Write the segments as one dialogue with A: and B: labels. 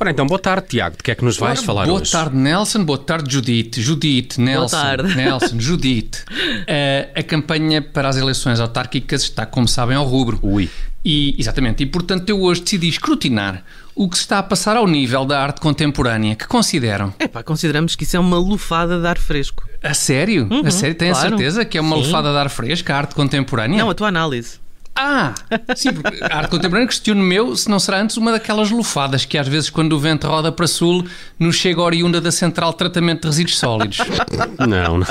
A: Ora então, boa tarde, Tiago. De que é que nos vais falar
B: Boa
A: hoje?
B: tarde, Nelson. Boa tarde, Judite. Judite, Nelson.
C: tarde.
B: Nelson, Judite. Eh, a campanha para as eleições autárquicas está, como sabem, ao rubro.
A: Ui.
B: E, exatamente. E, portanto, eu hoje decidi escrutinar o que se está a passar ao nível da arte contemporânea. Que consideram?
C: Epá, consideramos que isso é uma lufada de ar fresco.
B: A sério? a sério? Tem a
C: Uhum, claro.
B: certeza que é uma lufada de ar fresca, a arte contemporânea?
C: Não, a tua análise.
B: Ah! Sim, porque a arte contemporânea questiono meu se não será antes uma daquelas lufadas que às vezes quando o vento roda para sul nos chega oriunda da central de tratamento de resíduos sólidos.
A: Não, não,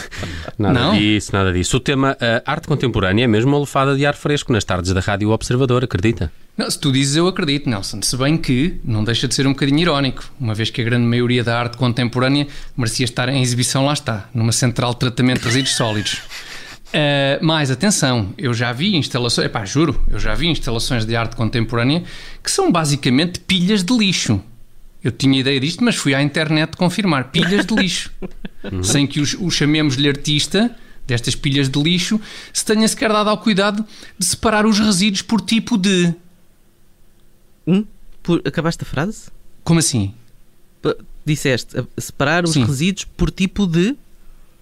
A: nada
B: Não?
A: disso, nada disso. O tema eh, arte contemporânea é mesmo uma lufada de ar fresco nas tardes da Rádio Observador, acredita?
B: Não, se tu dizes, eu acredito, Nelson. Se bem que não deixa de ser um bocadinho irónico, uma vez que a grande maioria da arte contemporânea merecia estar em exibição, lá está, numa central de tratamento de resíduos sólidos. Ah, mas atenção, eu já vi instalações, epá, juro, eu já vi instalações de arte contemporânea que são basicamente pilhas de lixo. Eu tinha ideia disto, mas fui à internet confirmar. Pilhas de lixo. Sem que os- o chamemos-lhe artista destas pilhas de lixo, se tenha sequer dado ao cuidado de separar os resíduos por tipo de.
C: Hum? Por- acabaste a frase?
B: Como assim?
C: P- Disseste a- separar os
B: Sim.
C: resíduos por tipo de.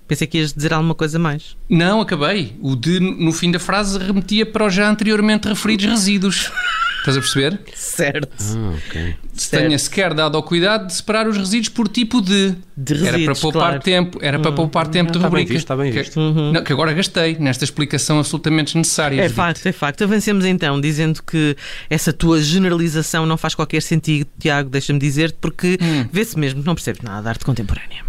C: Pensei que ias dizer alguma coisa mais.
B: Não, acabei. O de, no fim da frase, remetia para os já anteriormente referidos resíduos. Estás a perceber?
C: Certo.
A: Ah, ok.
B: Se
C: Certo.
B: tenha sequer dado ao cuidado de separar os resíduos por tipo de.
C: De
B: era para
C: resíduos,
B: poupar
C: claro. Hum. Uhum.
B: tempo, era para poupar tempo de
A: está bem
B: rubrica.
A: visto, está bem
B: que,
A: visto.
B: não, que agora gastei nesta explicação absolutamente desnecessária.
C: É
B: Judite.
C: facto, é facto. Avancemos então, dizendo que essa tua generalização não faz qualquer sentido, Tiago, deixa-me dizer-te, porque vê-se mesmo que não percebes nada de arte contemporânea.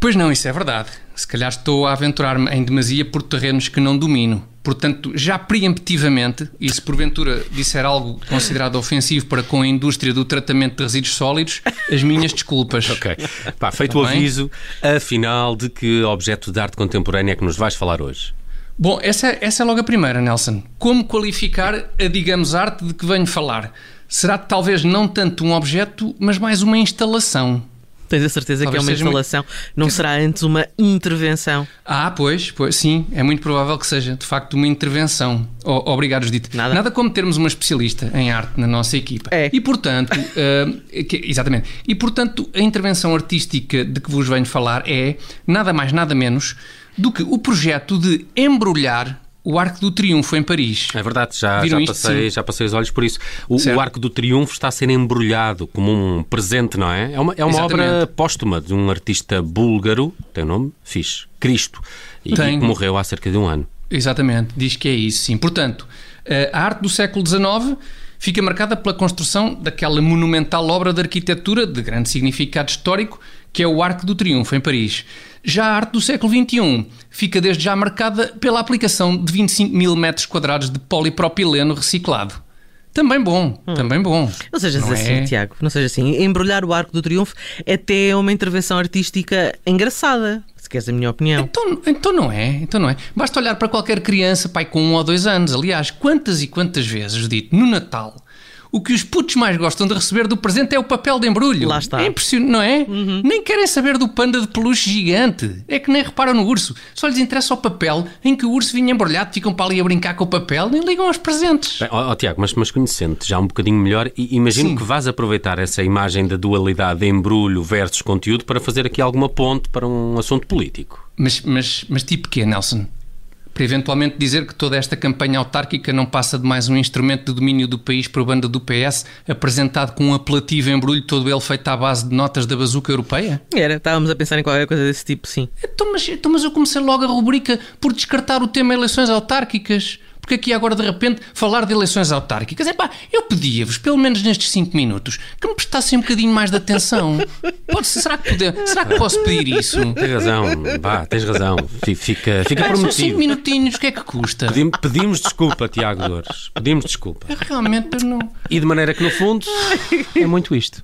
B: Pois não, isso é verdade. Se calhar estou a aventurar-me em demasia por terrenos que não domino. Portanto, já preemptivamente, e se porventura disser algo considerado ofensivo para com a indústria do tratamento de resíduos sólidos, as minhas desculpas.
A: Ok. Pá, feito o
B: Está Tá bem?
A: aviso, afinal, de que objeto de arte contemporânea é que nos vais falar hoje?
B: Bom, essa, essa é logo a primeira, Nelson. Como qualificar a, digamos, arte de que venho falar? Será talvez não tanto um objeto, mas mais uma instalação.
C: Tens a certeza
B: Talvez
C: que é uma
B: seja muito-
C: instalação, não será antes uma intervenção.
B: Ah, pois, pois, sim, é muito provável que seja, de facto, uma intervenção. O- obrigado, Judite.
C: Nada.
B: como termos uma especialista em arte na nossa equipa.
C: É.
B: E, portanto, eh, que- exatamente. E, portanto, a intervenção artística de que vos venho falar é nada mais, nada menos do que o projeto de embrulhar o Arco do Triunfo em Paris.
A: É verdade, já, já,
B: Viram isto,
A: passei,
B: sim.
A: já passei os olhos por isso. O,
B: Certo.
A: o Arco do Triunfo está a ser embrulhado como um presente, não é? É uma, é uma
B: Exatamente.
A: obra póstuma de um artista búlgaro, tem o nome? Fixe, Cristo, e que
B: Tem.
A: morreu há cerca de um ano.
B: Exatamente, diz que é isso, sim. Portanto, eh, a arte do século XIX fica marcada pela construção daquela monumental obra de arquitetura de grande significado histórico que é o Arco do Triunfo, em Paris. Já a arte do século XXI fica desde já marcada pela aplicação de 25 mil metros quadrados de polipropileno reciclado. Também bom,
C: Hum.
B: também bom.
C: Não sejas
B: Não
C: assim,
B: é?
C: Tiago, não seja assim. Embrulhar o arco do triunfo até é uma intervenção artística engraçada, se queres a minha opinião.
B: Então, então não é, então não é. Basta olhar para qualquer criança, pai, com um ou dois anos. Aliás, quantas e quantas vezes, dito, no Natal, o que os putos mais gostam de receber do presente é o papel de embrulho.
C: Lá está. Uhum.
B: É impressionante, não é? Nem querem saber do panda de peluche gigante. É que nem reparam no urso. Só lhes interessa o papel em que o urso vinha embrulhado, ficam para ali a brincar com o papel, nem ligam aos presentes.
A: Bem, ó, ó, Tiago, mas, mas conhecendo-te já um bocadinho melhor, e imagino que vais aproveitar essa imagem da dualidade embrulho versus conteúdo para fazer aqui alguma ponte para um assunto político.
B: Mas, mas, mas tipo quê, Nelson? Para eventualmente dizer que toda esta campanha autárquica não passa de mais um instrumento de domínio do país por banda do PS, apresentado com um apelativo embrulho todo ele feito à base de notas da bazuca europeia?
C: Era, estávamos a pensar em qualquer coisa desse tipo, sim.
B: Então mas, então, mas eu comecei logo a rubrica por descartar o tema eleições autárquicas. Porque aqui agora de repente falar de eleições autárquicas. É pá, eu pedia-vos, pelo menos nestes 5 minutos, que me prestassem um bocadinho mais de atenção. Pode, será, que pode, será que posso pedir isso?
A: Tens razão, vá, tens razão. Fi- Fica, fica
B: Ah, são 5
A: prometido.
B: minutinhos, o que é que custa?
A: Pedim- Pedimos desculpa, Tiago Dores. Pedimos desculpa.
B: Realmente eu não.
A: E de maneira que, no fundo, é muito isto.